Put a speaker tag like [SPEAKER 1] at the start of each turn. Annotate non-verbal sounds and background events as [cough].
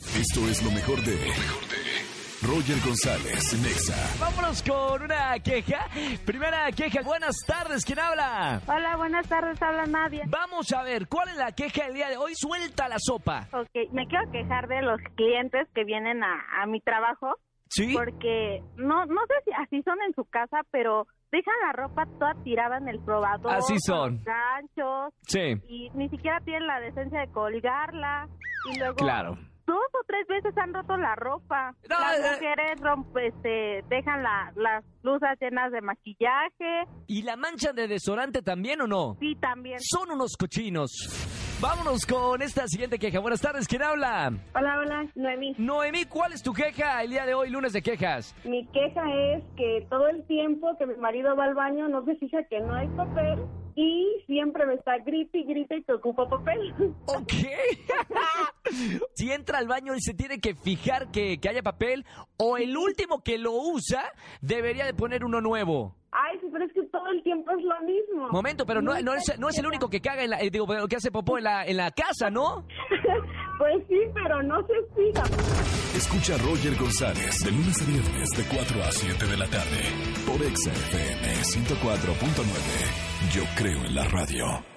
[SPEAKER 1] Esto es lo mejor de. Roger González, Nexa.
[SPEAKER 2] Vámonos con una queja. Primera queja, buenas tardes, ¿quién habla?
[SPEAKER 3] Hola, buenas tardes, habla Nadia.
[SPEAKER 2] Vamos a ver, ¿cuál es la queja del día de hoy? Suelta la sopa.
[SPEAKER 3] Ok, me quiero quejar de los clientes que vienen a, a mi trabajo
[SPEAKER 2] ¿Sí?
[SPEAKER 3] porque no no sé si así son en su casa, pero dejan la ropa toda tirada en el probador.
[SPEAKER 2] Así son.
[SPEAKER 3] los Ganchos
[SPEAKER 2] Sí,
[SPEAKER 3] y ni siquiera tienen la decencia de colgarla y luego
[SPEAKER 2] claro.
[SPEAKER 3] dos o tres veces han roto la ropa.
[SPEAKER 2] No,
[SPEAKER 3] Las
[SPEAKER 2] eh,
[SPEAKER 3] mujeres rompe, este, dejan la- las blusas llenas de maquillaje
[SPEAKER 2] ¿Y la mancha de desodorante también o no?
[SPEAKER 3] y también.
[SPEAKER 2] Son unos cochinos. Vámonos con esta siguiente queja. Buenas tardes, ¿quién habla?
[SPEAKER 4] Hola, hola, Noemí.
[SPEAKER 2] Noemí, ¿cuál es tu queja el día de hoy, lunes de quejas?
[SPEAKER 4] Mi queja es que todo el tiempo que mi marido va al baño no se fija que no hay papel y siempre me está grita y grita y que ocupo papel. [laughs]
[SPEAKER 2] Ok. [laughs] si entra al baño y se tiene que fijar que, que haya papel o el último que lo usa debería de poner uno nuevo.
[SPEAKER 4] Ay, sí, pero es que todo el tiempo es lo mismo.
[SPEAKER 2] Momento, pero no, no es, no es el único que caga en la, eh, digo, pero que hace popó en la, en la casa, ¿no?
[SPEAKER 4] pues sí, pero no se fija.
[SPEAKER 1] Escucha a Roger González de lunes a viernes de 4 a 7 de la tarde por Exa FM 104.9. Yo creo en la radio.